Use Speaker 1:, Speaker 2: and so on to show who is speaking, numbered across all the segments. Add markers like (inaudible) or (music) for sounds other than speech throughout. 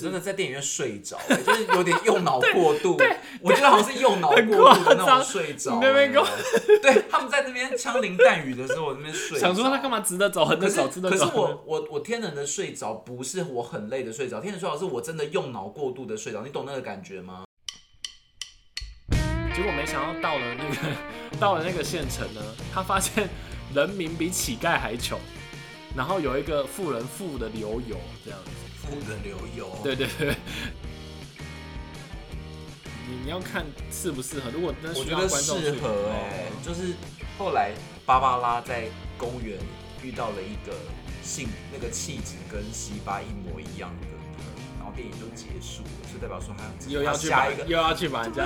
Speaker 1: 真的在电影院睡着、欸，就是有点右脑过度。
Speaker 2: 对对
Speaker 1: 我觉得好像是右脑过度的那
Speaker 2: 很夸
Speaker 1: 种
Speaker 2: 张
Speaker 1: 睡着、欸。
Speaker 2: 你那边给我
Speaker 1: 对，他们在那边枪林弹雨的时候，我那边睡着。
Speaker 2: 想说他干嘛值得走，横
Speaker 1: 可
Speaker 2: 着
Speaker 1: 是
Speaker 2: 走，直
Speaker 1: 可
Speaker 2: 得
Speaker 1: 是
Speaker 2: 走。
Speaker 1: 我我我天然的睡着不是我很累的睡着，天然睡着是我真的用脑过度的睡着，你懂那个感觉吗？
Speaker 2: 结果没想到到了那个 (laughs) 到了那个县城呢，他发现人民比乞丐还穷，然后有一个富人富的流油这样子。
Speaker 1: 富人流油。
Speaker 2: 对对对。你你要看适不适合，如果真的
Speaker 1: 我
Speaker 2: 需
Speaker 1: 觉
Speaker 2: 要
Speaker 1: 得
Speaker 2: 观众
Speaker 1: 适
Speaker 2: 去哦
Speaker 1: 合哎、就是后来芭芭拉在公园遇到了一个性那个气质跟西巴一模一样的，然后电影就结束了，就代表说他
Speaker 2: 又要去把
Speaker 1: 下一
Speaker 2: 又
Speaker 1: 个。
Speaker 2: 要去把人家。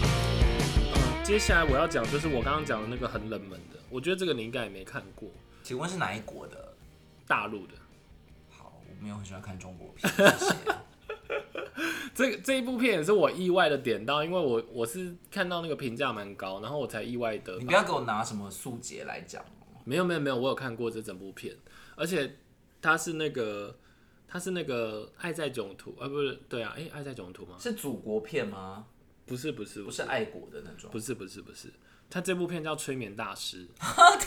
Speaker 2: 嗯接下来我要讲就是我刚刚讲的那个很冷门的，我觉得这个你应该也没看过，
Speaker 1: 请问是哪一国的？
Speaker 2: 大陆的。
Speaker 1: 好，我没有很喜欢看中国片，谢谢。
Speaker 2: 这这一部片也是我意外的点到，因为我我是看到那个评价蛮高，然后我才意外的
Speaker 1: 你不要给我拿什么速节来讲哦。
Speaker 2: 没有没有没有，我有看过这整部片，而且它是那个它是那个《爱在囧途》啊，不是对啊，哎、爱在囧途》吗？
Speaker 1: 是祖国片吗？
Speaker 2: 不是不是
Speaker 1: 不是爱国的那种
Speaker 2: 不。是不是不是，它这部片叫《催眠大师》，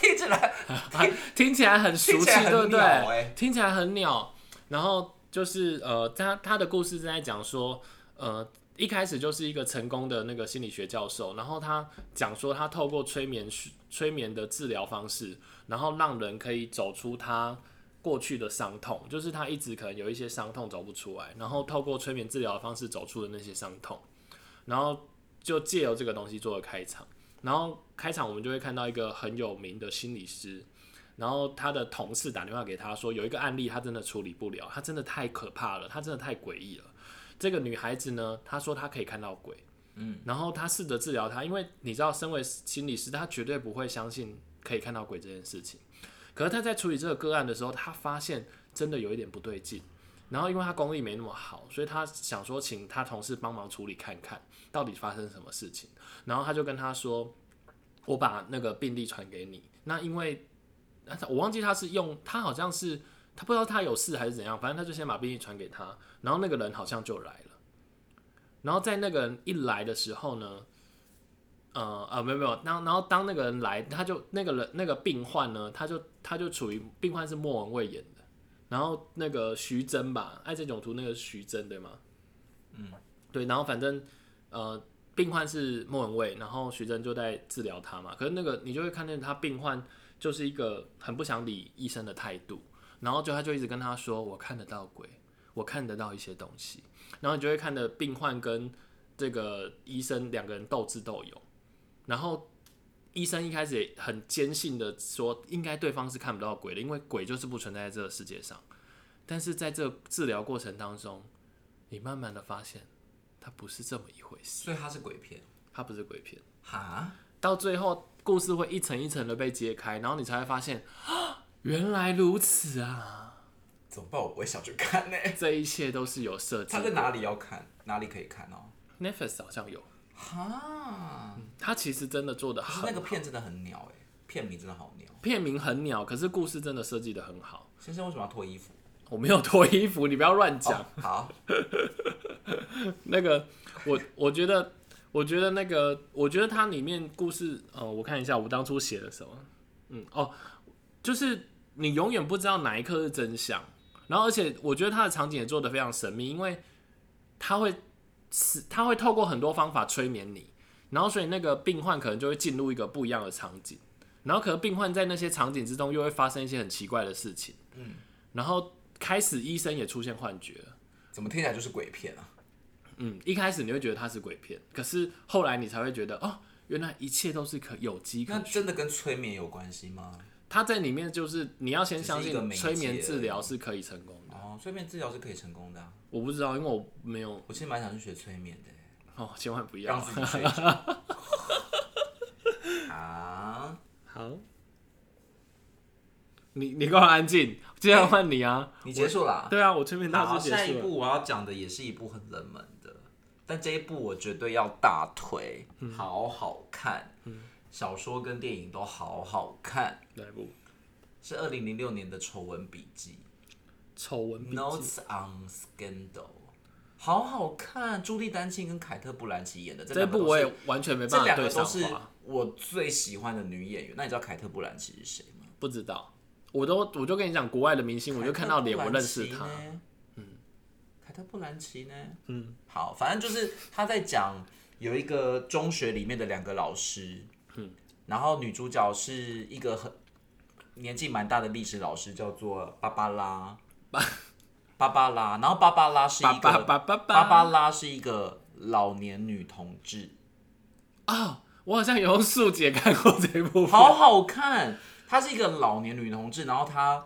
Speaker 1: (laughs) 听起
Speaker 2: (laughs)
Speaker 1: 来
Speaker 2: 啊听起来很熟
Speaker 1: 听
Speaker 2: 悉
Speaker 1: 起来，很
Speaker 2: 对不对？
Speaker 1: 鸟欸
Speaker 2: 听起来很鸟。然后就是呃，他他的故事是在讲说，呃，一开始就是一个成功的那个心理学教授，然后他讲说他透过催眠训催眠的治疗方式，然后让人可以走出他。过去的伤痛，就是他一直可能有一些伤痛走不出来，然后透过催眠治疗的方式走出的那些伤痛，然后就借由这个东西做了开场，然后开场我们就会看到一个很有名的心理师，然后他的同事打电话给他说，有一个案例他真的处理不了，他真的太可怕了，他真的太诡异了。这个女孩子呢，她说她可以看到鬼，嗯，然后她试着治疗她，因为你知道，身为心理师，她绝对不会相信可以看到鬼这件事情。可是她在处理这个个案的时候，她发现真的有一点不对劲。然后，因为她功力没那么好，所以她想说，请她同事帮忙处理看看，到底发生什么事情。然后她就跟她说：“我把那个病例传给你。”那因为啊我忘记他是用，他好像是他不知道他有事还是怎样，反正他就先把病历传给他，然后那个人好像就来了，然后在那个人一来的时候呢，呃啊没有没有，然后然后当那个人来，他就那个人那个病患呢，他就他就处于病患是莫文蔚演的，然后那个徐峥吧，《爱在囧途》那个徐峥对吗？嗯，对，然后反正呃。病患是莫文蔚，然后徐峥就在治疗他嘛。可是那个你就会看见他病患就是一个很不想理医生的态度，然后就他就一直跟他说：“我看得到鬼，我看得到一些东西。”然后你就会看的病患跟这个医生两个人斗智斗勇，然后医生一开始也很坚信的说，应该对方是看不到鬼的，因为鬼就是不存在在这个世界上。但是在这个治疗过程当中，你慢慢的发现，它不是这么一回事，
Speaker 1: 所以它是鬼片。
Speaker 2: 它不是鬼片。
Speaker 1: 哈，
Speaker 2: 到最后故事会一层一层的被揭开，然后你才会发现，啊原来如此啊！
Speaker 1: 怎么办？我不会想去看呢、
Speaker 2: 这一切都是有设计
Speaker 1: 他在
Speaker 2: 的。
Speaker 1: 哪里要看？哪里可以看哦？
Speaker 2: Netflix 好像有，
Speaker 1: 哈，
Speaker 2: 它其实真的做的
Speaker 1: 啊可是
Speaker 2: 嗯很
Speaker 1: 那个片真的很鸟哎、片名真的好鸟。
Speaker 2: 片名很鸟，可是故事真的设计的很好。
Speaker 1: 先生为什么要脱衣服？ (laughs)
Speaker 2: 我没有脱衣服，你不要乱讲。
Speaker 1: 哦好，
Speaker 2: (laughs) 那个，我我觉得，我觉得那个，我觉得它里面故事，呃，我看一下我当初写了什么，嗯，哦，就是你永远不知道哪一刻是真相，然后而且我觉得它的场景也做得非常神秘，因为它会是它会透过很多方法催眠你，然后所以那个病患可能就会进入一个不一样的场景，然后可能病患在那些场景之中又会发生一些很奇怪的事情，嗯，然后开始医生也出现幻觉了。
Speaker 1: 怎么听起来就是鬼片啊？
Speaker 2: 嗯，一开始你会觉得它是鬼片，可是后来你才会觉得哦，原来一切都是可有机可
Speaker 1: 那
Speaker 2: 循。
Speaker 1: 真的跟催眠有关系吗？
Speaker 2: 它在里面就是你要先相
Speaker 1: 只是一个
Speaker 2: 信
Speaker 1: 媒介
Speaker 2: 催眠治疗是可以成功的。
Speaker 1: 哦，催眠治疗是可以成功的、啊。
Speaker 2: 我不知道，因为我没有
Speaker 1: 我其实蛮想去学催眠的、欸
Speaker 2: 哦，千万不
Speaker 1: 让
Speaker 2: 要。
Speaker 1: 自己睡着。
Speaker 2: (laughs)
Speaker 1: 啊，
Speaker 2: 好，你你给我安静，接下来换你啊。
Speaker 1: 你结束啦。
Speaker 2: 对啊，我催眠大
Speaker 1: 好，
Speaker 2: 师结
Speaker 1: 下一
Speaker 2: 束了。
Speaker 1: 部我要讲的也是一部很冷门的，但这一部我绝对要大推，
Speaker 2: 嗯
Speaker 1: 好好看。小说跟电影都好好看，
Speaker 2: 哪一部？
Speaker 1: 是二零零六年的《丑闻笔记
Speaker 2: 丑闻笔记
Speaker 1: Notes on Scandal》，好好看。朱莉丹青跟凯特·布兰奇演的这
Speaker 2: 这一
Speaker 1: 两个
Speaker 2: 部
Speaker 1: 都
Speaker 2: 我
Speaker 1: 是
Speaker 2: 也完全没
Speaker 1: 这
Speaker 2: 办法
Speaker 1: 两
Speaker 2: 对
Speaker 1: 个
Speaker 2: 上
Speaker 1: 都是
Speaker 2: 话，
Speaker 1: 我最喜欢的女演员。那你知道凯特·布兰奇是谁吗？
Speaker 2: 不知道。我都我就跟你讲，国外的明星，我就看到脸，我认识他嗯
Speaker 1: 凯特布。兰奇呢。嗯凯特·布兰奇呢？嗯，好，反正就是他在讲有一个中学里面的两个老师，嗯，然后女主角是一个很年纪蛮大的历史老师，叫做芭芭拉，芭芭拉，然后芭芭拉是欸一
Speaker 2: 叭
Speaker 1: 个
Speaker 2: 叭叭叭
Speaker 1: 芭芭
Speaker 2: 叭！
Speaker 1: 拉是一个老年女同志，
Speaker 2: 我好像有用速姐看过这一
Speaker 1: (laughs)
Speaker 2: 部。
Speaker 1: 好好看。她是一个老年女同志，然后她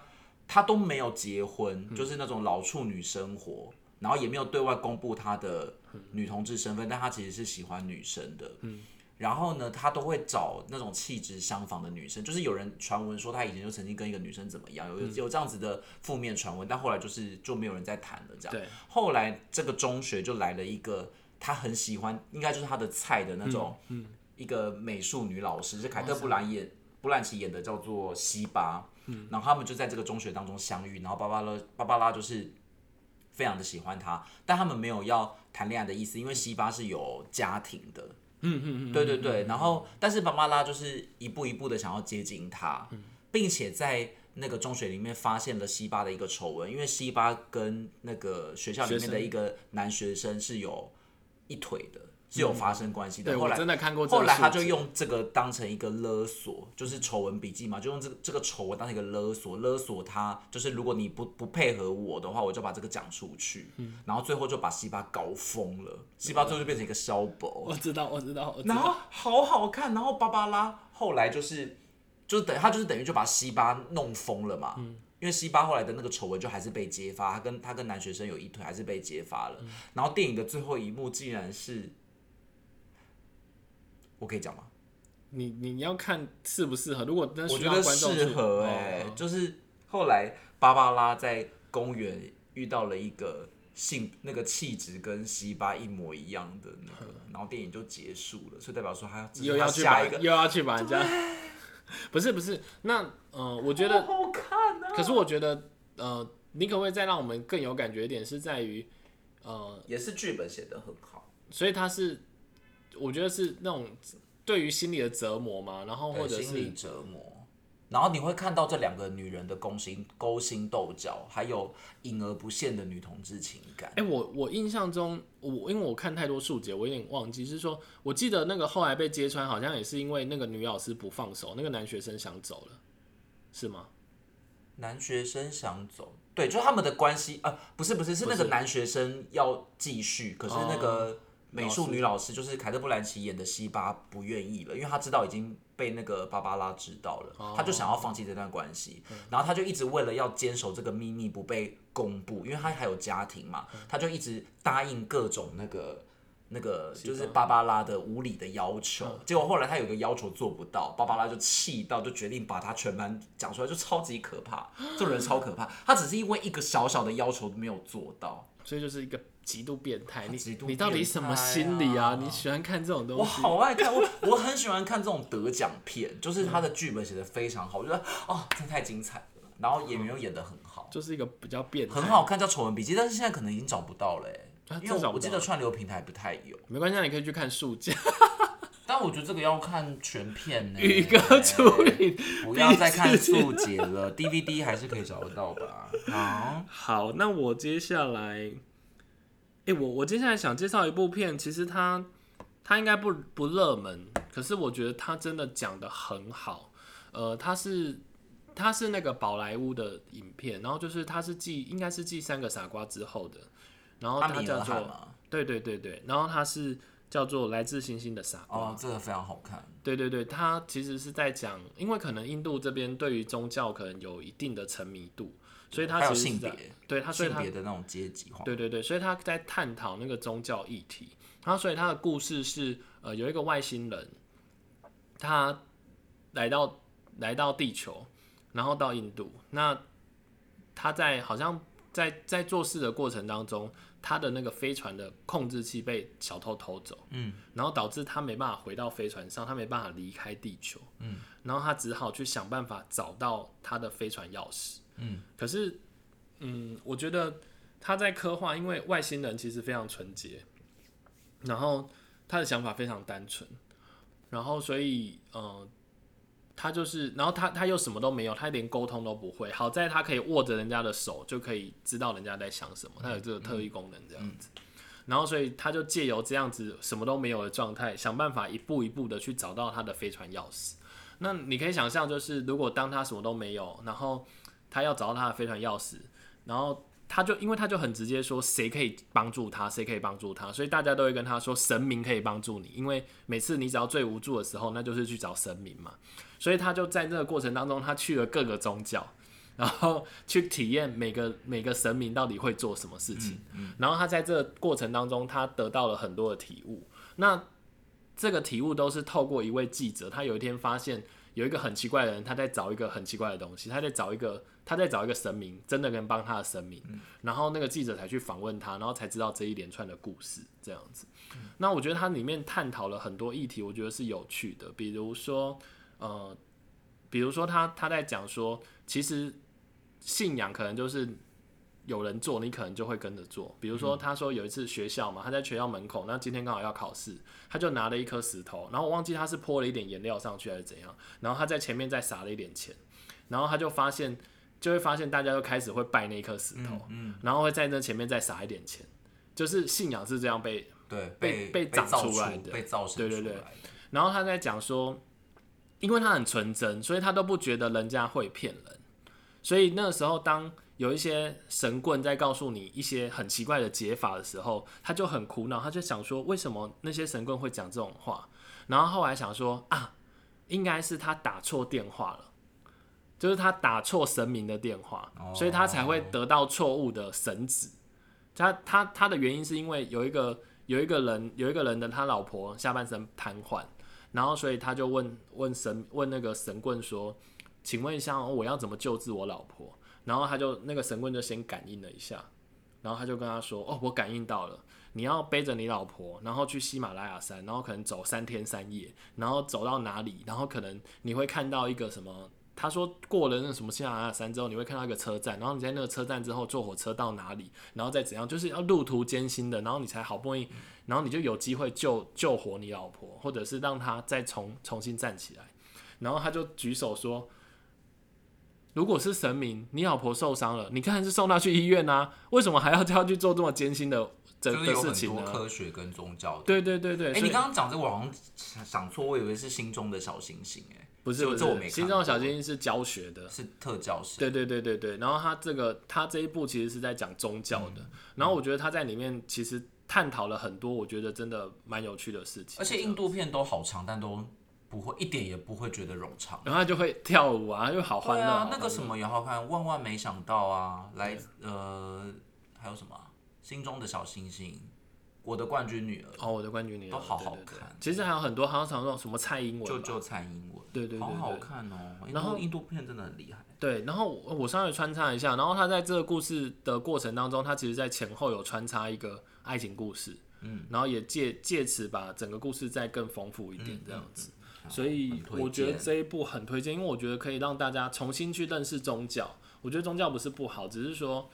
Speaker 1: 她都没有结婚，就是那种老处女生活，然后也没有对外公布她的女同志身份，但她其实是喜欢女生的。嗯。然后呢，她都会找那种气质相仿的女生，就是有人传闻说她以前就曾经跟一个女生怎么样，有有有这样子的负面传闻，但后来就是就没有人再谈了这样。
Speaker 2: 对，
Speaker 1: 后来这个中学就来了一个她很喜欢，应该就是她的菜的那种，一个美术女老师，是凯特·布兰演布兰奇演的，叫做西巴。嗯，然后他们就在这个中学当中相遇，然后芭芭拉芭芭拉就是非常的喜欢他，但他们没有要谈恋爱的意思，因为西巴是有家庭的。嗯嗯嗯，对对对。然后，但是芭芭拉就是一步一步的想要接近他，并且在。那个中学里面发现了西巴的一个丑闻，因为西巴跟那个学校里
Speaker 2: 学
Speaker 1: 面
Speaker 2: 生
Speaker 1: 的一个男学生是有一腿的，是有发生关系的。
Speaker 2: 对，
Speaker 1: 后
Speaker 2: 我
Speaker 1: 来
Speaker 2: 真的看过这个
Speaker 1: 后
Speaker 2: 速姐。
Speaker 1: 来他就用这个当成一个勒索，就是丑闻笔记嘛，就用这个这个丑闻当成一个勒索，勒索他，就是如果你不不配合我的话，我就把这个讲出去，
Speaker 2: 嗯
Speaker 1: 然后最后就把西巴搞疯了，西巴最后就变成一个肖博，
Speaker 2: 我知道，我知道，我知
Speaker 1: 然
Speaker 2: 道。
Speaker 1: 后好好看，然后芭芭拉后来就是就是等他就是等于就把西巴弄疯了嘛，因为西巴后来的那个丑闻就还是被揭发，他跟他跟男学生有一腿还是被揭发了，然后电影的最后一幕竟然是，我可以讲吗？
Speaker 2: 你你要看适不适合，如果真的
Speaker 1: 我
Speaker 2: 需
Speaker 1: 觉
Speaker 2: 要
Speaker 1: 得
Speaker 2: 观众
Speaker 1: 适
Speaker 2: 去
Speaker 1: 合哎、
Speaker 2: 哦
Speaker 1: 就是后来芭芭拉在公园遇到了一个性那个气质跟西巴一模一样的那个，然后电影就结束了，所以代表说他
Speaker 2: 又要去把
Speaker 1: 下一个，
Speaker 2: 又要去把人家， (laughs) 不是不是，那呃，我觉得，
Speaker 1: 好好看啊，
Speaker 2: 可是我觉得呃，你可不可以再让我们更有感觉一点？是在于呃，
Speaker 1: 也是剧本写的很好，
Speaker 2: 所以他是，我觉得是那种对于心理的折磨嘛，然后或
Speaker 1: 对
Speaker 2: 者
Speaker 1: 心理
Speaker 2: 是
Speaker 1: 折磨。然后你会看到这两个女人的勾心勾心斗角，还有隐而不现的女同志情感
Speaker 2: 哎、。我我印象中，我因为我看太多数节，我有点忘记，是说我记得那个后来被揭穿，好像也是因为那个女老师不放手，那个男学生想走了，是吗？
Speaker 1: 男学生想走，对，就他们的关系啊、呃不是不是，是哦那个男学生要继续，可是那个美术女老师就是凯特·布兰奇演的西巴不愿意了，因为她知道已经被那个芭芭拉知道了，她就想要放弃这段关系，然后她就一直为了要坚守这个秘密不被公布，因为她还有家庭嘛，她就一直答应各种那个。那个就是芭芭拉的无理的要求，结果后来她有一个要求做不到，芭芭拉就气到，就决定把她全盘讲出来，就超级可怕，这种人超可怕。她只是因为一个小小的要求没有做到，
Speaker 2: 所以就是一个极度变态。
Speaker 1: 啊
Speaker 2: 你
Speaker 1: 极度
Speaker 2: 你到底
Speaker 1: 变
Speaker 2: 什么
Speaker 1: 态
Speaker 2: 心理啊？
Speaker 1: 啊
Speaker 2: 你喜欢看这种
Speaker 1: 我
Speaker 2: 东西？
Speaker 1: 好爱看，我我很喜欢看这种得奖片，就是他的剧本写的非常好，我觉得哦，这太精彩了，然后演员又演的很好，
Speaker 2: 就是一个比较变态。
Speaker 1: 很好，看，叫《丑闻笔记》，但是现在可能已经找不到了、欸
Speaker 2: 啊
Speaker 1: 因
Speaker 2: 真
Speaker 1: 为
Speaker 2: 找
Speaker 1: 我
Speaker 2: 不
Speaker 1: 我记
Speaker 2: 到
Speaker 1: 得串流平台不太有。
Speaker 2: 没关系，那你可以去看《树
Speaker 1: (laughs)
Speaker 2: 架》
Speaker 1: 但我觉得这个要看全片欸呢、
Speaker 2: 宇
Speaker 1: (laughs)
Speaker 2: 哥处理。
Speaker 1: 不要再看注解了，DVD 还是可以找得到吧？
Speaker 2: 啊
Speaker 1: 好，
Speaker 2: 好，那我接下来，哎、我我接下来想介绍一部片，其实它它应该不不热门，可是我觉得它真的讲的很好。呃，它是它是那个宝莱坞的影片，然后就是它是继应该是继《三个傻瓜》之后的，然后
Speaker 1: 阿
Speaker 2: 哦它
Speaker 1: 米
Speaker 2: 叫
Speaker 1: 尔
Speaker 2: 做
Speaker 1: 汗嘛，
Speaker 2: 对对对对，然后它是叫做《来自星星的傻瓜》。
Speaker 1: 哦，这个非常好看，
Speaker 2: 对对对，它其实是在讲，因为可能印度这边对于宗教可能有一定的沉迷度，所以它
Speaker 1: 还有
Speaker 2: 其实是
Speaker 1: 性
Speaker 2: 在
Speaker 1: 别，
Speaker 2: 对它所以
Speaker 1: 性
Speaker 2: 它
Speaker 1: 别的那种阶级化，
Speaker 2: 对对对，所以他在探讨那个宗教议题。然后，所以他的故事是，呃，有一个外星人，他来到来到地球，然后到印度。那他在好像在在做事的过程当中，他的那个飞船的控制器被小偷偷走，嗯，然后导致他没办法回到飞船上，他没办法离开地球，嗯，然后他只好去想办法找到他的飞船钥匙，嗯，可是，嗯，我觉得他在刻画，因为外星人其实非常纯洁，然后他的想法非常单纯，然后所以，呃，他就是，然后他他又什么都没有，他连沟通都不会。好在他可以握着人家的手，就可以知道人家在想什么，他有这个特异功能这样子。然后所以他就借由这样子什么都没有的状态，想办法一步一步的去找到他的飞船钥匙。那你可以想象，就是如果当他什么都没有，然后他要找到他的飞船钥匙，然后他就因为他就很直接说谁可以帮助他，谁可以帮助他，所以大家都会跟他说神明可以帮助你，因为每次你只要最无助的时候，那就是去找神明嘛。所以他就在这个过程当中，他去了各个宗教，然后去体验每个每个神明到底会做什么事情。然后他在这个过程当中，他得到了很多的体悟。那这个体悟都是透过一位记者，他有一天发现有一个很奇怪的人，他在找一个很奇怪的东西，他在找一个他在找一个神明，真的能帮他的神明。然后那个记者才去访问他，然后才知道这一连串的故事这样子。那我觉得它里面探讨了很多议题，我觉得是有趣的，比如说。呃，比如说他他在讲说，其实信仰可能就是有人做，你可能就会跟着做。比如说他说有一次学校嘛，他在学校门口，那今天刚好要考试，他就拿了一颗石头，然后我忘记他是泼了一点颜料上去还是怎样，然后他在前面再撒了一点钱，然后他就发现就会发现大家都开始会拜那颗石头，然后会在那前面再撒一点钱，就是信仰是这样被
Speaker 1: 对，
Speaker 2: 被
Speaker 1: 被
Speaker 2: 被长
Speaker 1: 造
Speaker 2: 出
Speaker 1: 出
Speaker 2: 来的
Speaker 1: 被造成
Speaker 2: 对对
Speaker 1: 出
Speaker 2: 对
Speaker 1: 来的
Speaker 2: 然后他在讲说，因为他很纯真，所以他都不觉得人家会骗人。所以那时候，当有一些神棍在告诉你一些很奇怪的解法的时候，他就很苦恼，他就想说，为什么那些神棍会讲这种话？然后后来想说啊，应该是他打错电话了。就是他打错神明的电话，
Speaker 1: 哦
Speaker 2: 所以他才会得到错误的神旨。他他他的原因是因为有一个有一个人有一个人的他老婆下半身瘫痪，然后所以他就问问神问那个神棍说：“请问一下，哦我要怎么救治我老婆？”然后他就那个神棍就先感应了一下，然后他就跟他说：“哦，我感应到了，你要背着你老婆，然后去喜马拉雅山，然后可能走三天三夜，然后走到哪里，然后可能你会看到一个什么。”他说过了那什么喜马拉雅山之后，你会看到一个车站，然后你在那个车站之后坐火车到哪里，然后再怎样，就是要路途艰辛的，然后你才好不容易，然后你就有机会救救活你老婆，或者是让她再重重新站起来。然后他就举手说：“如果是神明，你老婆受伤了，你当然是送她去医院啊，为什么还要叫她去做这么艰辛的这
Speaker 1: 就是
Speaker 2: 的
Speaker 1: 有
Speaker 2: 事
Speaker 1: 很
Speaker 2: 情
Speaker 1: 多
Speaker 2: 呢？”
Speaker 1: 科学跟宗教的。
Speaker 2: 对对对对，
Speaker 1: 哎、
Speaker 2: 所以
Speaker 1: 你刚刚讲这个，我好像想想错，我以为是心中的小星星、哎，
Speaker 2: 不是
Speaker 1: 这
Speaker 2: 不
Speaker 1: 这我没
Speaker 2: 是，
Speaker 1: 看
Speaker 2: 心中
Speaker 1: 过
Speaker 2: 的小精灵是教学的，
Speaker 1: 是特教师，
Speaker 2: 对对对对对，然后他这个他这一部其实是在讲宗教的，
Speaker 1: 嗯
Speaker 2: 然后我觉得他在里面其实探讨了很多，我觉得真的蛮有趣的事情。
Speaker 1: 而且印度片都好长，但都不会一点也不会觉得冗长。
Speaker 2: 然后他就会跳舞啊，又好欢
Speaker 1: 对
Speaker 2: 乐、
Speaker 1: 啊
Speaker 2: 好，
Speaker 1: 那
Speaker 2: 欢乐
Speaker 1: 个什么也好看，万万没想到啊，来呃还有什么啊心中的小星星，我的冠军女儿，
Speaker 2: 哦，我的冠军女儿
Speaker 1: 都好好
Speaker 2: 对对对
Speaker 1: 看
Speaker 2: 其实还有很多，好像常说什么蔡英文
Speaker 1: 就
Speaker 2: 吧，
Speaker 1: 就蔡英文，
Speaker 2: 对对对
Speaker 1: 好
Speaker 2: 对
Speaker 1: 好看哦。印
Speaker 2: 然后
Speaker 1: 度印度片真的很厉害，
Speaker 2: 对，然后我我稍微穿插一下，然后他在这个故事的过程当中，他其实在前后有穿插一个爱情故事，嗯，然后也借借此把整个故事再更丰富一
Speaker 1: 嗯
Speaker 2: 点这样子。所以
Speaker 1: 很推荐
Speaker 2: 我觉得这一部很推荐，因为我觉得可以让大家重新去认识宗教。我觉得宗教不是不好，只是说，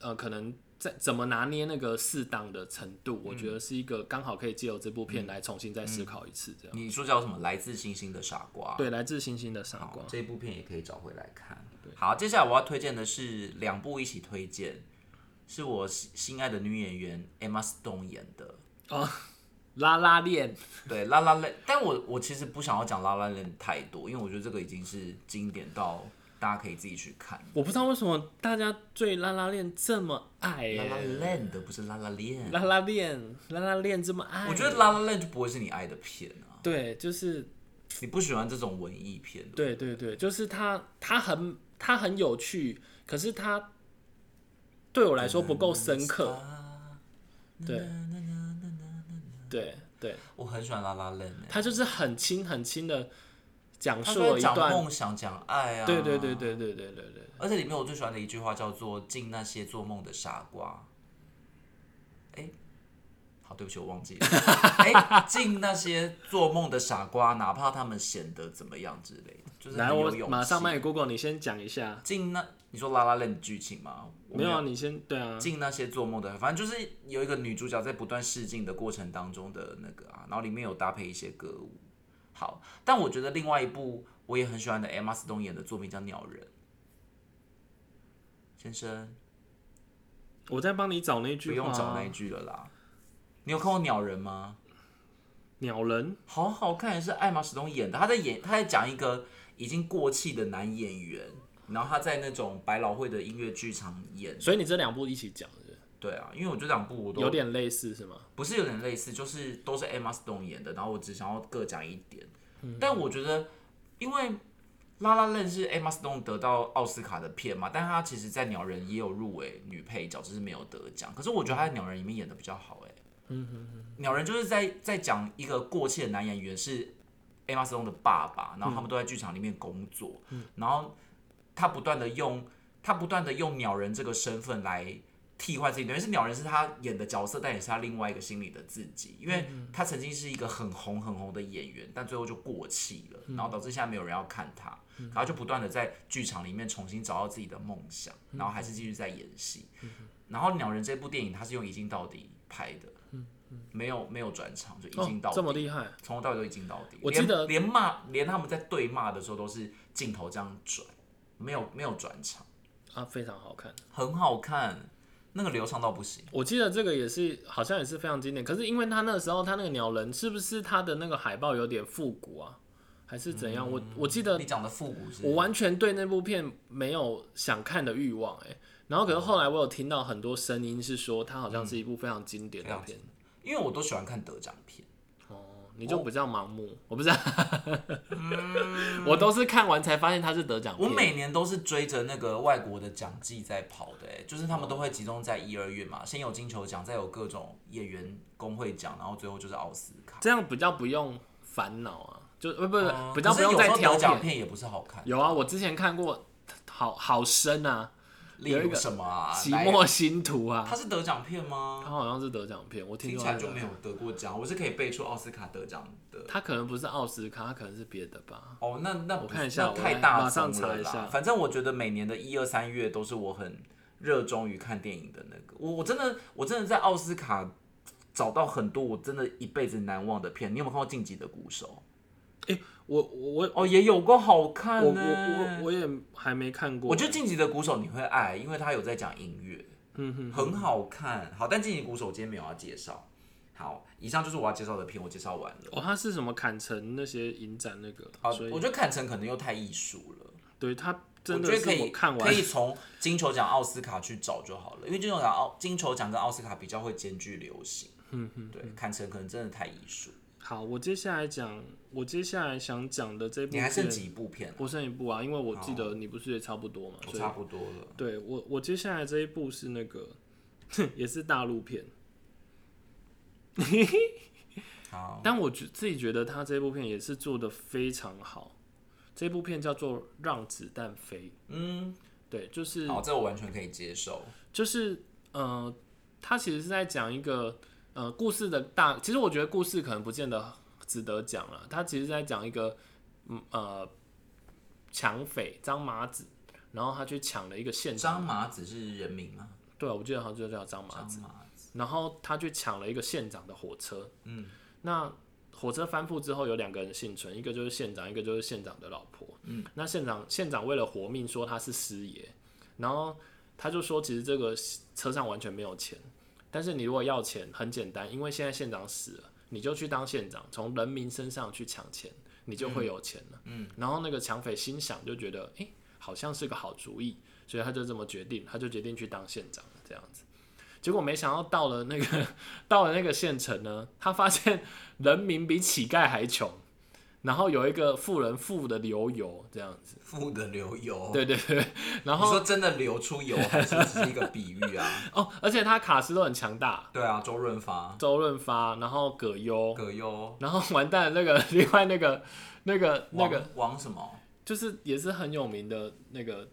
Speaker 2: 呃，可能在怎么拿捏那个适当的程度，我
Speaker 1: 嗯
Speaker 2: 觉得是一个刚好可以借由这部片来重新再思考一次这样。
Speaker 1: 你说叫什么？来自星星的傻瓜，
Speaker 2: 对，来自星星的傻
Speaker 1: 好
Speaker 2: 瓜，
Speaker 1: 这部片也可以找回来看。好，接下来我要推荐的是两部一起推荐，是我心心爱的女演员 Emma Stone 演的。
Speaker 2: 拉拉链，
Speaker 1: 对，拉拉链，但我我其实不想要讲拉拉链太多，因为我觉得这个已经是经典到大家可以自己去看。
Speaker 2: 我不知道为什么大家对拉拉链这么爱、
Speaker 1: 拉拉
Speaker 2: 欸，
Speaker 1: 链的不是拉拉链，
Speaker 2: 拉拉链，拉拉链这么爱，
Speaker 1: 我觉得拉拉链就不会是你爱的片啊，
Speaker 2: 对，就是
Speaker 1: 你不喜欢这种文艺片的。
Speaker 2: 对对对，就是它，它很它很有趣，可是它对我来说不够深刻，对，对对，
Speaker 1: 我很喜欢拉拉链、欸，
Speaker 2: 它就是很轻很轻的讲
Speaker 1: 他
Speaker 2: 述
Speaker 1: 说
Speaker 2: 了一
Speaker 1: 讲
Speaker 2: 段，
Speaker 1: 梦想，讲爱啊。
Speaker 2: 对对对。对对对对对，
Speaker 1: 而且里面我最喜欢的一句话叫做“敬那些做梦的傻瓜”。哎，好，对不起，我忘记了。 (laughs) 哎，敬那些做梦的傻瓜，哪怕他们显得怎么样之类的，就是
Speaker 2: 来，
Speaker 1: 很
Speaker 2: 我
Speaker 1: 有勇
Speaker 2: 马上
Speaker 1: 气
Speaker 2: 卖 Google，你先讲一下。
Speaker 1: 敬那你说拉拉链剧情吗？我
Speaker 2: 没有啊，你先对啊，
Speaker 1: 进那些做梦的，反正就是有一个女主角在不断试镜的过程当中的那个啊，然后里面有搭配一些歌舞。好，但我觉得另外一部我也很喜欢的 Emma Stone 演的作品叫《鸟人》。先生，
Speaker 2: 我在帮你找那句
Speaker 1: 不
Speaker 2: 话、啊
Speaker 1: 用找那一句了啦。你有看过《鸟人》吗？
Speaker 2: 鸟人，
Speaker 1: 好好看，也是艾玛史东演的。他在演，他在讲一个已经过气的男演员，然后他在那种百老汇的音乐剧场演。
Speaker 2: 所以你这两部一起讲，是不是
Speaker 1: 对啊，因为我这两部我都
Speaker 2: 有点类似是吗？
Speaker 1: 不是有点类似，就是都是 Emma Stone 演的，然后我只想要各讲一点。但我觉得，因为《拉拉 La 是 Emma Stone 得到奥斯卡的片嘛，但她其实，在《鸟人》也有入围女配角，只是没有得奖。可是我觉得她在《鸟人》里面演的比较好、欸，哎，鸟人》就是在在讲一个过气的男演员是 Emma Stone 的爸爸，然后他
Speaker 2: 嗯
Speaker 1: 们都在剧场里面工作，然后他不断的用他不断的用鸟人这个身份来替换自己，等于是鸟人是他演的角色，但也是他另外一个心里的自己，因为
Speaker 2: 嗯
Speaker 1: 他曾经是一个很红很红的演员，但最后就过气了，
Speaker 2: 嗯
Speaker 1: 然后导致现在没有人要看他，然后就不断的在剧场里面重新找到自己的梦想，
Speaker 2: 嗯
Speaker 1: 然后还是继续在演戏。然后鸟人这部电影，它是用一镜到底拍的，没有没有转场，就一镜到
Speaker 2: 嗯哦、
Speaker 1: 底
Speaker 2: 这。么厉害，
Speaker 1: 从头到尾都一镜到底。
Speaker 2: 我记得
Speaker 1: 连连骂，连他们在对骂的时候都是镜头这样转，没有没有转场，
Speaker 2: 啊，非常好看。
Speaker 1: 很好看，那个流畅到不行。
Speaker 2: 我记得这个也是，好像也是非常经典。可是因为他那个时候，他那个鸟人是不是他的那个海报有点复古啊，还是怎样？我
Speaker 1: 嗯
Speaker 2: 我记得
Speaker 1: 你讲的复古是
Speaker 2: 我完全对那部片没有想看的欲望哎、然后可是后来我有听到很多声音是说，它好像是一部非常经典的片。
Speaker 1: 因为我都喜欢看得奖片，
Speaker 2: 哦，你就比较盲目，我不知道， (laughs) 我都是看完才发现它是得奖
Speaker 1: 嗯我
Speaker 2: 片。
Speaker 1: 每年都是追着那个外国的奖季在跑的、欸，就是他们都会集中在一二月嘛，先有金球奖，再有各种演员工会奖，然后最后就是奥斯卡。呃
Speaker 2: 这样比较不用烦恼啊，就不不不，比较
Speaker 1: 哦可
Speaker 2: 不
Speaker 1: 是有
Speaker 2: 用
Speaker 1: 时
Speaker 2: 再
Speaker 1: 候
Speaker 2: 挑
Speaker 1: 得奖
Speaker 2: 片。
Speaker 1: 片也不是好看，
Speaker 2: 有啊，我之前看过，好好深啊，
Speaker 1: 例
Speaker 2: 有一
Speaker 1: 如
Speaker 2: 个
Speaker 1: 什么啊？
Speaker 2: 《
Speaker 1: 来
Speaker 2: 寂寞星途》啊，
Speaker 1: 它是得奖片吗
Speaker 2: 它？好像是得奖片，我听
Speaker 1: 听
Speaker 2: 说
Speaker 1: 起
Speaker 2: 它
Speaker 1: 来
Speaker 2: 是
Speaker 1: 就没有
Speaker 2: 得
Speaker 1: 得
Speaker 2: 奖
Speaker 1: 过奖，我是可以背出奥斯卡得奖的
Speaker 2: 片。。它可能不是奥斯卡，它可能是别的吧。
Speaker 1: 哦，那那不
Speaker 2: 我看一下
Speaker 1: 那
Speaker 2: 我
Speaker 1: 太
Speaker 2: 来
Speaker 1: 大
Speaker 2: 马上
Speaker 1: 众了
Speaker 2: 查一
Speaker 1: 啦
Speaker 2: 下
Speaker 1: 反正我觉得每年的一二三月都是我很热衷于看电影的那个。我我真的我真的在奥斯卡找到很多我真的一辈子难忘的片。你有没有看过《晋级的鼓手
Speaker 2: 我我》？
Speaker 1: 哦，也有够好看
Speaker 2: 我我
Speaker 1: 呢、
Speaker 2: 我我也还没看过。
Speaker 1: 我觉得《晋级的鼓手》你会爱，因为他有在讲音乐，
Speaker 2: 嗯
Speaker 1: 很好看。好，但《晋级鼓手》我今天没有要介绍。好，以上就是我要介绍的片，我介绍完了。
Speaker 2: 哦，它是什么砍成那些影展那个，
Speaker 1: 好，
Speaker 2: 所以
Speaker 1: 我觉得坎城可能又太艺术了，
Speaker 2: 对它
Speaker 1: 我
Speaker 2: 真
Speaker 1: 觉得
Speaker 2: 的是
Speaker 1: 可以
Speaker 2: 我看
Speaker 1: 可
Speaker 2: 完
Speaker 1: 以从金球奖、奥斯卡去找就好了，因为金球奖、奥金球奖跟奥斯卡比较会兼具流行。嗯嗯，对，坎城可能真的太艺术。
Speaker 2: 好，我接下来讲，我接下来想讲的这部
Speaker 1: 你还剩
Speaker 2: 片，
Speaker 1: 几部片啊？
Speaker 2: 我剩一部啊，因为我记得你不是也差不多嘛，
Speaker 1: 我
Speaker 2: 所以
Speaker 1: 差不多了。
Speaker 2: 对我我接下来这一部是那个也是大陆片，
Speaker 1: 好，
Speaker 2: 但我觉自己觉得他这部片也是做的非常好。这部片叫做《让子弹飞》，
Speaker 1: 嗯，
Speaker 2: 对，就是
Speaker 1: 好，这我完全可以接受。
Speaker 2: 就是呃，他其实是在讲一个呃故事的大，其实我觉得故事可能不见得值得讲了，他其实在讲一个嗯呃抢匪张麻子，然后他去抢了一个现场，
Speaker 1: 张麻子是人名吗？
Speaker 2: 对，啊我记得好像就叫张麻子
Speaker 1: 张。麻子
Speaker 2: 然后他去抢了一个县长的火车。嗯，那火车翻覆之后，有两个人幸存，一个就是县长，一个就是县长的老婆。嗯，那县长县长为了活命，说他是师爷，然后他就说，其实这个车上完全没有钱，但是你如果要钱，很简单，因为现在县长死了，你就去当县长，从人民身上去抢钱，你就会有钱了。嗯，然后那个抢匪心想就觉得，诶，好像是个好主意，所以他就这么决定，他就决定去当县长了，这样子。结果没想到到了那个到了那个县城呢，他发现人民比乞丐还穷，然后有一个富人富的流油这样子，
Speaker 1: 富的流油。
Speaker 2: 对对对，然
Speaker 1: 你
Speaker 2: 后
Speaker 1: 说真的流出油，还是只是一个比喻啊？ (laughs)
Speaker 2: 哦，而且他卡斯都很强大，
Speaker 1: 对啊，周润发、
Speaker 2: 周润发，然后葛优，
Speaker 1: 葛优、
Speaker 2: 然后完蛋那个 (laughs) 另外那个那个那
Speaker 1: 王
Speaker 2: 个
Speaker 1: 王什么？
Speaker 2: 就是也是很有名的那个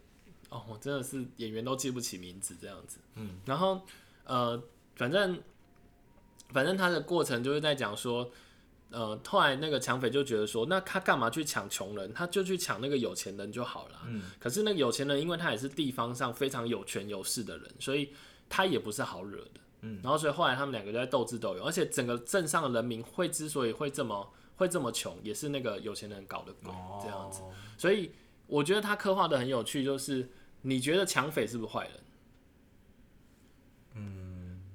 Speaker 2: 哦，我真的是演员都记不起名字这样子。
Speaker 1: 嗯，
Speaker 2: 然后呃，反正反正他的过程就是在讲说，呃，后来那个抢匪就觉得说，那他干嘛去抢穷人？他就去抢那个有钱人就好了。
Speaker 1: 嗯，
Speaker 2: 可是那个有钱人，因为他也是地方上非常有权有势的人，所以他也不是好惹的。
Speaker 1: 嗯，
Speaker 2: 然后所以后来他们两个就在斗智斗勇，而且整个镇上的人民会之所以会这么会这么穷，也是那个有钱人搞的鬼、
Speaker 1: 哦，
Speaker 2: 这样子。所以我觉得他刻画的很有趣，就是你觉得抢匪是不是坏人？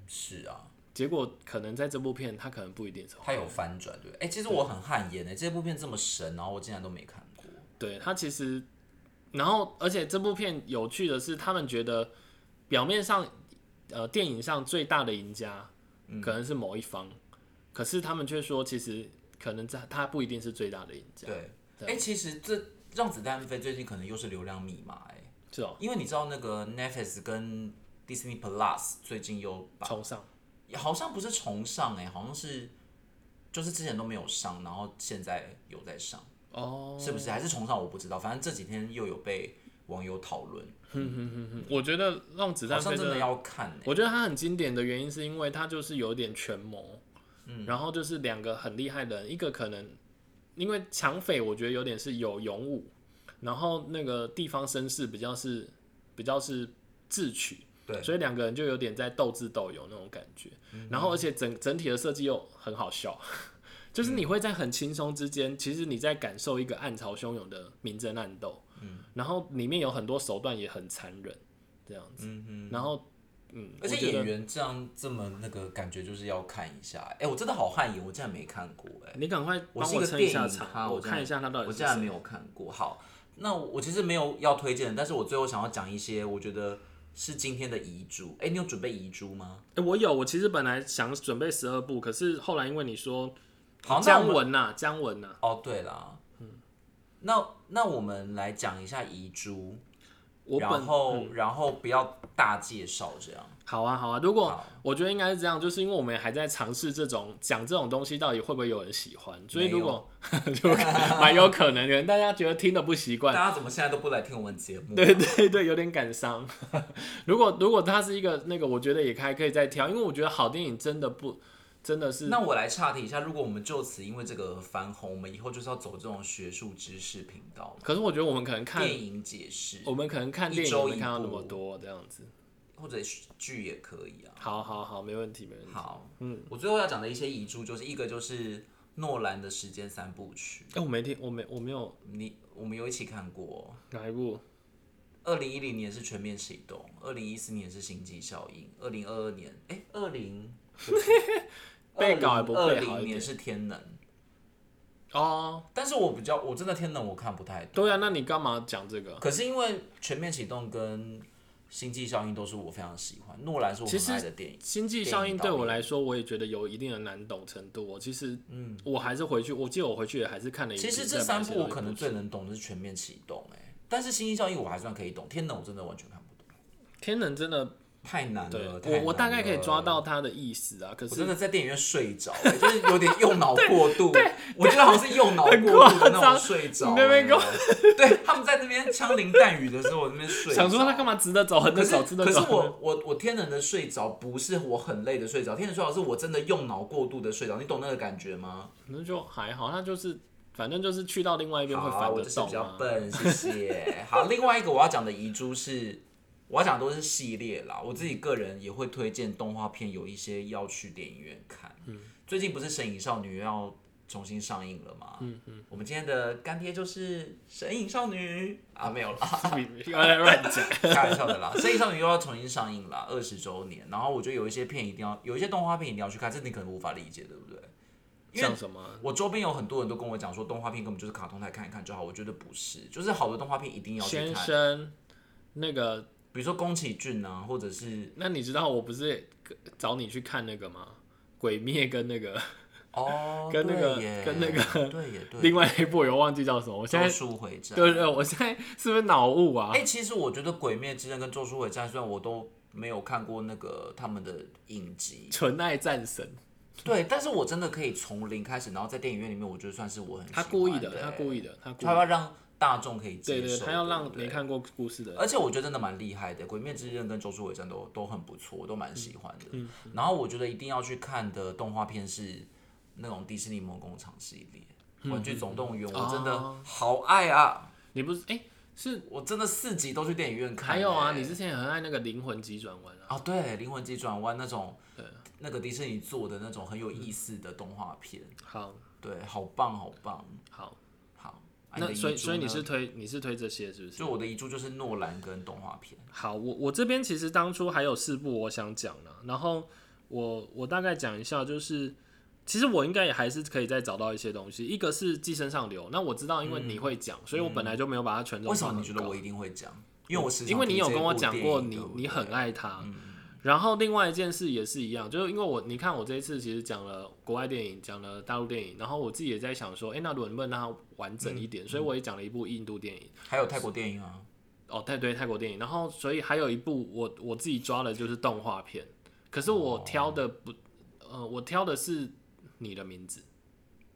Speaker 1: 是啊，
Speaker 2: 结果可能在这部片他可能不一定是
Speaker 1: 他
Speaker 2: 坏人，
Speaker 1: 有翻转，对不对。哎、其实我很汗颜哎，这部片这么神，然后我竟然都没看过。
Speaker 2: 对他其实，然后而且这部片有趣的是，他们觉得表面上呃电影上最大的赢家
Speaker 1: 嗯
Speaker 2: 可能是某一方，可是他们却说其实可能在他不一定是最大的赢家，
Speaker 1: 对，
Speaker 2: 对
Speaker 1: 哎、其实这让子弹飞最近可能又是流量密码哎、
Speaker 2: 是哦，
Speaker 1: 因为你知道那个 Netflix 跟 Disney Plus 最近又把
Speaker 2: 崇尚
Speaker 1: 好像不是重上哎、好像是就是之前都没有上，然后现在有在上，
Speaker 2: 哦，
Speaker 1: 是不是？还是重上我不知道，反正这几天又有被网友讨论，
Speaker 2: 嗯我觉得让子
Speaker 1: 好
Speaker 2: 弹
Speaker 1: 像
Speaker 2: 飞
Speaker 1: 真
Speaker 2: 真的
Speaker 1: 的要看哎、
Speaker 2: 我觉得它很经典的原因是因为它就是有点权谋，然后就是两个很厉害的人，一个可能因为抢匪，我觉得有点是有勇武，然后那个地方绅士比较是比较是智取，
Speaker 1: 对，
Speaker 2: 所以两个人就有点在斗智斗勇那种感觉。然后而且整整体的设计又很好笑， (laughs) 就是你会在很轻松之间，其实你在感受一个暗潮汹涌的明争暗斗。嗯，然后里面有很多手段也很残忍，这样子。嗯然后嗯，
Speaker 1: 而
Speaker 2: 我
Speaker 1: 且
Speaker 2: 觉得
Speaker 1: 演员这样这么那个感觉就是要看一下哎、欸我真的好汗颜，我竟然没看过哎、
Speaker 2: 你赶快
Speaker 1: 我
Speaker 2: 帮
Speaker 1: 是一个
Speaker 2: 撑一
Speaker 1: 电
Speaker 2: 下
Speaker 1: 影咖，
Speaker 2: 场，我
Speaker 1: 竟然
Speaker 2: 看一下他到底
Speaker 1: 我
Speaker 2: 是
Speaker 1: 竟然
Speaker 2: 谁
Speaker 1: 没有看过。好，那我其实没有要推荐的，但是我最后想要讲一些我觉得是今天的遗珠。哎、你有准备遗珠吗？
Speaker 2: 诶我有，我其实本来想准备十二部，可是后来因为你说
Speaker 1: 好，那我
Speaker 2: 姜
Speaker 1: 们
Speaker 2: 文呐、啊姜文呐、
Speaker 1: 哦，对啦，
Speaker 2: 嗯
Speaker 1: 那那我们来讲一下遗珠，
Speaker 2: 我本嗯
Speaker 1: 然后、然后不要大介绍这样。
Speaker 2: 好啊，好啊。如果
Speaker 1: 好
Speaker 2: 我觉得应该是这样，就是因为我们还在尝试这种讲这种东西到底会不会有人喜欢，所以如果 (laughs) 就蛮有可能的，大家觉得听的不习
Speaker 1: 大 (laughs)
Speaker 2: 惯，
Speaker 1: 家怎么现在都不来听我们节目？啊
Speaker 2: 对对对，有点感伤。 (laughs) 如果如果它是一个那个，我觉得也还可以再挑，因为我觉得好电影真的不真的是
Speaker 1: 那我来岔题一下，如果我们就此因为这个而翻红，我们以后就是要走这种学术知识频道，
Speaker 2: 可是我觉得我们可能看
Speaker 1: 电影解释
Speaker 2: 我们可能看
Speaker 1: 一
Speaker 2: 电影
Speaker 1: 周
Speaker 2: 没
Speaker 1: 一
Speaker 2: 看到那
Speaker 1: 部
Speaker 2: 么多这样子。
Speaker 1: 或者剧也可以啊。
Speaker 2: 好好好，没问题没问题。
Speaker 1: 好，嗯，我最后要讲的一些遗珠，就是一个就是诺兰的《时间三部曲
Speaker 2: 哎、我没听，我没我没有》，
Speaker 1: 你我们有一起看过。
Speaker 2: 哪一部？
Speaker 1: 二零一零年是《全面启动》，二零一四年是《星际效应》，二零二二年，哎、2二零
Speaker 2: 被搞也不
Speaker 1: 二
Speaker 2: 背好一
Speaker 1: 零
Speaker 2: 点
Speaker 1: 年是《天能》，
Speaker 2: 哦，
Speaker 1: 但是我比较我真的《天能》我看不太懂，
Speaker 2: 对啊，那你干嘛讲这个？
Speaker 1: 可是因为《全面启动》跟《星际效应》都是我非常喜欢，诺兰是我
Speaker 2: 其实
Speaker 1: 很爱的电影。
Speaker 2: 星际效应对我来说，我也觉得有一定的难懂程度。我其实，嗯，我还是回去，我记得我回去也还是看了一
Speaker 1: 其
Speaker 2: 遍
Speaker 1: 实
Speaker 2: 再
Speaker 1: 这
Speaker 2: 把
Speaker 1: 三
Speaker 2: 一些
Speaker 1: 部我
Speaker 2: 东西
Speaker 1: 可能
Speaker 2: 补
Speaker 1: 最能懂的是《全面启动》，哎，但是《星际效应》我还算可以懂，《天能》我真的完全看不懂。
Speaker 2: 天能真的，
Speaker 1: 太难
Speaker 2: 对
Speaker 1: 呃了，太难
Speaker 2: 我我大概可以
Speaker 1: 了
Speaker 2: 抓。到他的意思啊。可
Speaker 1: 我真
Speaker 2: 是
Speaker 1: 的在电影院睡着、欸，就是有点用脑过度。我觉得好像是用脑过度的那种睡着、欸。
Speaker 2: 很夸张你那边给我
Speaker 1: 对，他们在那边枪林弹雨的时候，我在那边睡着。
Speaker 2: 想说他干嘛直着走，横
Speaker 1: 可
Speaker 2: 着
Speaker 1: 是
Speaker 2: 走，直着
Speaker 1: 可是
Speaker 2: 走。
Speaker 1: 我我我天然的睡着不是我很累的睡着，天然睡着是我真的用脑过度的睡着，你懂那个感觉吗？
Speaker 2: (laughs) 那就还好，他就是反正就是去到另外一边会
Speaker 1: 好，
Speaker 2: 翻
Speaker 1: 我
Speaker 2: 得
Speaker 1: 就是比
Speaker 2: 动
Speaker 1: 较
Speaker 2: 啊。
Speaker 1: 笨，谢
Speaker 2: (laughs)
Speaker 1: 谢。好，另外一个我要讲的遗珠是，我要讲的都是系列啦。我自己个人也会推荐动画片，有一些要去电影院看。
Speaker 2: 嗯
Speaker 1: 最近不是《神隐少女》要重新上映了吗？嗯嗯。我们今天的干爹就是《神隐少女》啊，没有啦，
Speaker 2: (laughs) 不要乱讲。
Speaker 1: 开玩笑的啦，《神隐少女》又要重新上映啦，二十周年。然后我觉得有一些片一定要，有一些动画片一定要去看，这你可能无法理解，对不对？ (laughs) 因为
Speaker 2: 像什么？
Speaker 1: 我周边有很多人都跟我讲说，动画片根本就是卡通台看一看就好。我觉得不是，就是好的动画片一定要去
Speaker 2: 先
Speaker 1: 看，
Speaker 2: 生，那个，
Speaker 1: 比如说宫崎骏啊，或者是
Speaker 2: 那你知道我不是找你去看那个吗？鬼灭跟那个 (laughs)
Speaker 1: 哦，
Speaker 2: 跟那个
Speaker 1: 对耶
Speaker 2: 跟那个
Speaker 1: 对耶对，
Speaker 2: (laughs) 另外一部我忘记叫什么，我现
Speaker 1: 咒
Speaker 2: 在
Speaker 1: 术回战，
Speaker 2: 对对，呃我现在是不是脑雾啊？
Speaker 1: 哎、其实我觉得《鬼灭之刃》跟《咒术回战》，虽然我都没有看过那个他们的影
Speaker 2: (laughs)
Speaker 1: 集，
Speaker 2: 纯爱战神，
Speaker 1: 对，但是我真的可以从零开始，然后在电影院里面，我觉得算是我很
Speaker 2: 他
Speaker 1: 喜
Speaker 2: 故意
Speaker 1: 欢
Speaker 2: 的，他故意的，他故
Speaker 1: 他
Speaker 2: 意
Speaker 1: 要
Speaker 2: 的，
Speaker 1: 让大众可以接
Speaker 2: 对
Speaker 1: 受，
Speaker 2: 对，他要让
Speaker 1: 对不
Speaker 2: 没
Speaker 1: 对
Speaker 2: 看过故事的人，
Speaker 1: 而且我觉得真的蛮厉害的，《鬼灭之刃》跟《咒术回战都》都很不错，我都蛮喜欢的。
Speaker 2: 嗯
Speaker 1: 然后我觉得一定要去看的动画片是那种迪士尼梦工厂系列，玩具总动员》，我真的
Speaker 2: 嗯哦
Speaker 1: 好爱啊！
Speaker 2: 你不是哎、是
Speaker 1: 我真的四集都去电影院看欸、
Speaker 2: 还有啊，你之前也很爱那个灵魂急转弯啊，
Speaker 1: 啊，对，《灵魂急转弯》那种，那个迪士尼做的那种很有意思的动画片，
Speaker 2: 好
Speaker 1: 对，好棒，好棒，
Speaker 2: 好，
Speaker 1: 好。啊你
Speaker 2: 那
Speaker 1: 的
Speaker 2: 所以
Speaker 1: 遗珠
Speaker 2: 所以你
Speaker 1: 呢
Speaker 2: 是推你是推这些是不是？
Speaker 1: 就我的遗珠就是诺兰跟动画片，
Speaker 2: 好，我我这边其实当初还有四部我想讲呢、然后我我大概讲一下，就是其实我应该也还是可以再找到一些东西。一个是《寄生上流》，那我知道因为你会讲，所以我本来就没有把它全都
Speaker 1: 为什
Speaker 2: 放
Speaker 1: 么
Speaker 2: 很
Speaker 1: 你觉得
Speaker 2: 高
Speaker 1: 我一定会讲？因为我时常
Speaker 2: 因为
Speaker 1: 提
Speaker 2: 你有
Speaker 1: 这
Speaker 2: 跟我
Speaker 1: 部
Speaker 2: 讲
Speaker 1: 电
Speaker 2: 过
Speaker 1: 影
Speaker 2: 你
Speaker 1: 对不
Speaker 2: 你
Speaker 1: 对
Speaker 2: 很爱他。
Speaker 1: 嗯
Speaker 2: 然后另外一件事也是一样，就是因为我你看我这一次其实讲了国外电影，讲了大陆电影，然后我自己也在想说，诶，那能不能让它完整一
Speaker 1: 嗯
Speaker 2: 点？所以我也讲了一部印度电影，
Speaker 1: 还有泰国电影啊，
Speaker 2: 哦，对对，泰国电影。然后所以还有一部我我自己抓的就是动画片，可是
Speaker 1: 哦
Speaker 2: 我挑的不，呃，我挑的是你的名字。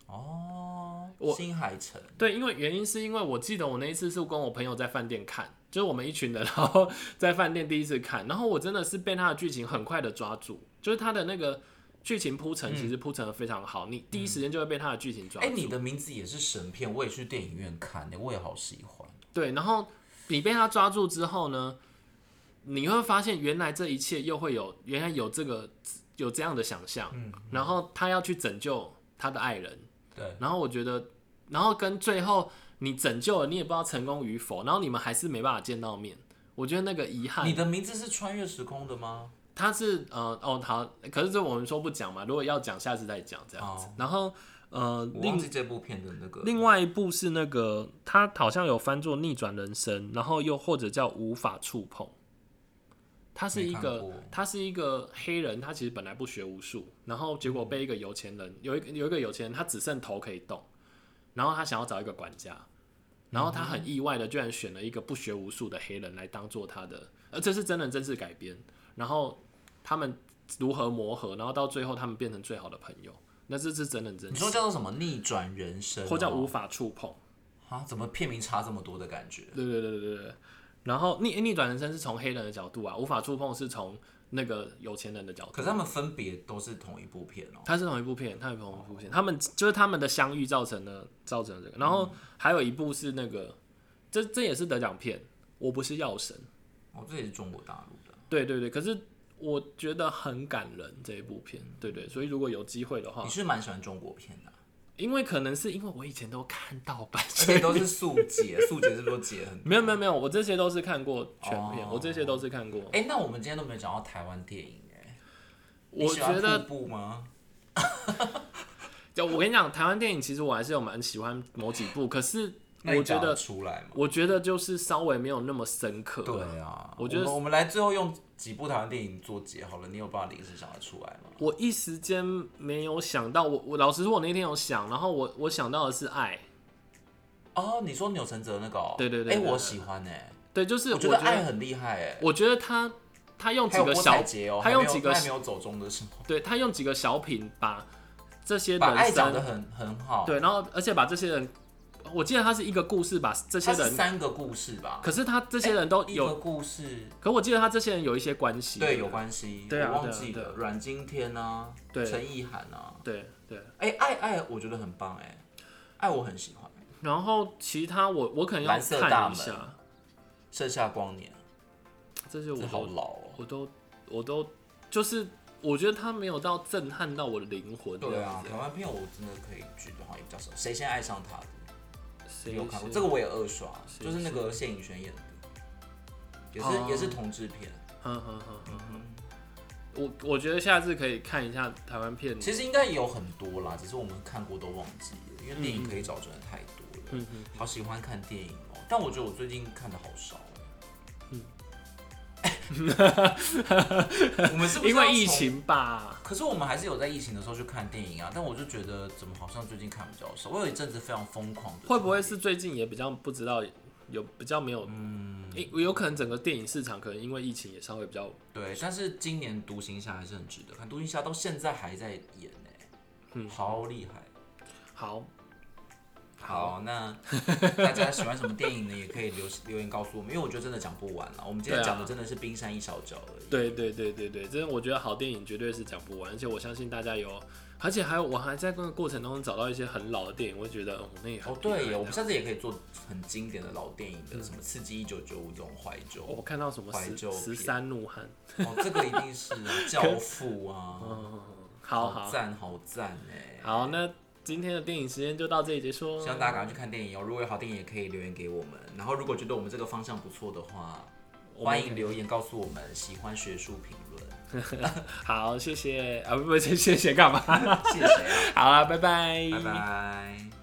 Speaker 1: 哦，
Speaker 2: 我
Speaker 1: 新海诚，
Speaker 2: 对，因为原因是因为我记得我那一次是跟我朋友在饭店看，就是我们一群人， (laughs) 然后在饭店第一次看，然后我真的是被他的剧情很快的抓住，就是他的那个剧情铺陈其实铺陈的非常好，你第一时间就会被他的剧情抓
Speaker 1: 嗯哎、
Speaker 2: 住。
Speaker 1: 你的名字也是神片，我也去电影院看欸的、我也好喜欢。
Speaker 2: 对，然后你被他抓住之后呢，你会发现原来这一切又会有，原来有这个有这样的想象，
Speaker 1: 嗯
Speaker 2: 然后他要去拯救他的爱人，
Speaker 1: 对，
Speaker 2: 然后我觉得，然后跟最后你拯救了，你也不知道成功与否，然后你们还是没办法见到面，我觉得那个遗憾
Speaker 1: 你，的名字是穿越时空的吗？
Speaker 2: 他是呃哦好，可是这我们说不讲嘛，如果要讲下次再讲这样子，然后呃
Speaker 1: 哦我
Speaker 2: 啊另
Speaker 1: 忘记这部片的那个
Speaker 2: 另外一部是那个，它好像有翻作《逆转人生》，然后又或者叫《无法触碰》。他是一
Speaker 1: 没看
Speaker 2: 个
Speaker 1: 过，
Speaker 2: 他是一个黑人，他其实本来不学无术，然后结果被一个有钱人，有一个有一个有钱人，他只剩头可以动，然后他想要找一个管家，然后他
Speaker 1: 嗯
Speaker 2: 很意外的居然选了一个不学无术的黑人来当做他的，呃，这是真人真事改编，然后他们如何磨合，然后到最后他们变成最好的朋友，那这是真人真
Speaker 1: 你
Speaker 2: 事，
Speaker 1: 说叫做什么逆转人生、哦，
Speaker 2: 或叫无法触碰。
Speaker 1: 啊？怎么片名差这么多的感觉？
Speaker 2: 对对对对对对。然后逆逆转人生是从黑人的角度啊，无法触碰是从那个有钱人的角度。
Speaker 1: 可是他们分别都是同一部片哦。
Speaker 2: 它是同一部片，它是同一部片，他们就是他们的相遇造成的，造成的这个。
Speaker 1: 嗯
Speaker 2: 然后还有一部是那个，这这也是得奖片，我不是药神。
Speaker 1: 哦，这也是中国大陆的。
Speaker 2: 对对对，可是我觉得很感人这一部片，对对。所以如果有机会的话
Speaker 1: 你，是蛮喜欢中国片的啊、
Speaker 2: 因为可能是因为我以前都看盗版， (laughs)
Speaker 1: 而
Speaker 2: 所以
Speaker 1: 且都是速解，速解是不是都解很？
Speaker 2: 没有没有没有，我这些都是看过全片，
Speaker 1: 哦
Speaker 2: 我这些都是看过。
Speaker 1: 哎、那我们今天都没有讲到台湾电影哎、你
Speaker 2: 我
Speaker 1: 喜欢
Speaker 2: 觉得
Speaker 1: 瀑布吗？
Speaker 2: 就我跟你讲，台湾电影其实我还是有蛮喜欢某几部，可是
Speaker 1: 那你
Speaker 2: 我觉
Speaker 1: 讲得
Speaker 2: 得，
Speaker 1: 出来吗？
Speaker 2: 我觉得就是稍微没有那么深刻。
Speaker 1: 对啊，
Speaker 2: 我觉得
Speaker 1: 们我们来最后用几部台湾电影做结好了，你有办法临时想得出来吗？
Speaker 2: 我一时间没有想到，我我老实说，我那天有想，然后我我想到的是爱，
Speaker 1: 哦，你说钮承泽那个、哦，
Speaker 2: 对对对
Speaker 1: 哎、
Speaker 2: 对
Speaker 1: 我
Speaker 2: 对
Speaker 1: 喜欢哎、
Speaker 2: 对，就是
Speaker 1: 我
Speaker 2: 我觉
Speaker 1: 觉
Speaker 2: 得
Speaker 1: 得爱，很厉害哎、
Speaker 2: 我觉得他他用
Speaker 1: 还
Speaker 2: 几
Speaker 1: 有
Speaker 2: 个
Speaker 1: 郭
Speaker 2: 小
Speaker 1: 采，洁哦，
Speaker 2: 他
Speaker 1: 还
Speaker 2: 用
Speaker 1: 没有
Speaker 2: 几个
Speaker 1: 还没有走中的时候，
Speaker 2: 对他用几个小品把这些
Speaker 1: 把爱
Speaker 2: 人
Speaker 1: 讲得
Speaker 2: 生，
Speaker 1: 很很好。
Speaker 2: 对，然后而且把这些人，我记得他是一个故事，把这些
Speaker 1: 它是
Speaker 2: 人，
Speaker 1: 三个故事吧，
Speaker 2: 可是他这些人都
Speaker 1: 一
Speaker 2: 有，
Speaker 1: 个故事
Speaker 2: 可我记得他这些人有一些关系，
Speaker 1: 对有关系，
Speaker 2: 对啊
Speaker 1: 我忘
Speaker 2: 对啊
Speaker 1: 记
Speaker 2: 对啊
Speaker 1: 了，阮经天啊，
Speaker 2: 对
Speaker 1: 陈意涵啊，
Speaker 2: 对对。
Speaker 1: 哎、爱爱我觉得很棒哎、爱我很喜欢，
Speaker 2: 然后其他我我可能要
Speaker 1: 蓝色大
Speaker 2: 看一
Speaker 1: 门
Speaker 2: 下，
Speaker 1: 盛夏光年，
Speaker 2: 这些我
Speaker 1: 这好
Speaker 2: 都
Speaker 1: 老哦。
Speaker 2: 我都我都就是我觉得他没有到震撼到我的灵魂这
Speaker 1: 对
Speaker 2: 样
Speaker 1: 啊，
Speaker 2: 子。
Speaker 1: 台湾片我真的可以举的话也比较少。谁先爱上他的？
Speaker 2: 谁
Speaker 1: 有看过
Speaker 2: 谁
Speaker 1: 这个我也二刷，
Speaker 2: 是
Speaker 1: 就是那个谢颖轩演的，也是、
Speaker 2: 哦
Speaker 1: 也是同志片。
Speaker 2: 哼哼
Speaker 1: 嗯
Speaker 2: 哼哼哼嗯我我觉得下次可以看一下台湾片。
Speaker 1: 其实应该有很多啦，只是我们看过都忘记了，因为电影可以找真的太多了。
Speaker 2: 嗯嗯
Speaker 1: 哎
Speaker 2: (laughs)
Speaker 1: 好喜欢看电影哦、但我觉得我最近看的好少、欸。嗯， (laughs) 我们是不是
Speaker 2: 因为
Speaker 1: 要
Speaker 2: 疫
Speaker 1: 从
Speaker 2: 情吧。
Speaker 1: 可是我们还是有在疫情的时候去看电影啊，但我就觉得怎么好像最近看比较少。我有一阵子非常疯狂的，
Speaker 2: 会不会是最近也比较不知道，有比较没有，嗯，有可能整个电影市场可能因为疫情也稍微比较，
Speaker 1: 对？但是今年《独行侠》还是很值得看，《独行侠》到现在还在演呢、嗯，好厉害。
Speaker 2: 好，
Speaker 1: 好，
Speaker 2: (laughs)
Speaker 1: 那大家喜欢什么电影呢？也可以留留言告诉我们，因为我觉得真的讲不完了。我们今天
Speaker 2: 对啊
Speaker 1: 讲的真的是冰山一小角而已。
Speaker 2: 对对对对对，真的我觉得好电影绝对是讲不完，而且我相信大家有，而且还有我还在那个过程中找到一些很老的电影，我就觉得哦那也很
Speaker 1: 哦，对
Speaker 2: 厉
Speaker 1: 耶，
Speaker 2: 害
Speaker 1: 我们下次也可以做很经典的老电影
Speaker 2: 嗯
Speaker 1: 的，什么《刺激一九九五》这种怀旧，
Speaker 2: 我看到什么
Speaker 1: 怀
Speaker 2: 十
Speaker 1: 旧片
Speaker 2: 十三怒汉，
Speaker 1: 哦，这个一定是啊，《教父》
Speaker 2: (laughs)
Speaker 1: 啊，
Speaker 2: 嗯好好
Speaker 1: 赞，好赞哎。
Speaker 2: 好，那今天的电影时间就到这里结束
Speaker 1: 希
Speaker 2: 哦。
Speaker 1: 望大家赶快去看电影哦！如果有好电影，也可以留言给我们。然后，如果觉得我们这个方向不错的话，
Speaker 2: 我们
Speaker 1: 欢迎留言告诉我们喜欢学术评论。
Speaker 2: 好，谢谢啊，不不，谢谢干嘛？ (laughs)
Speaker 1: 谢谢啊，啊
Speaker 2: 好啦，拜拜，
Speaker 1: 拜拜。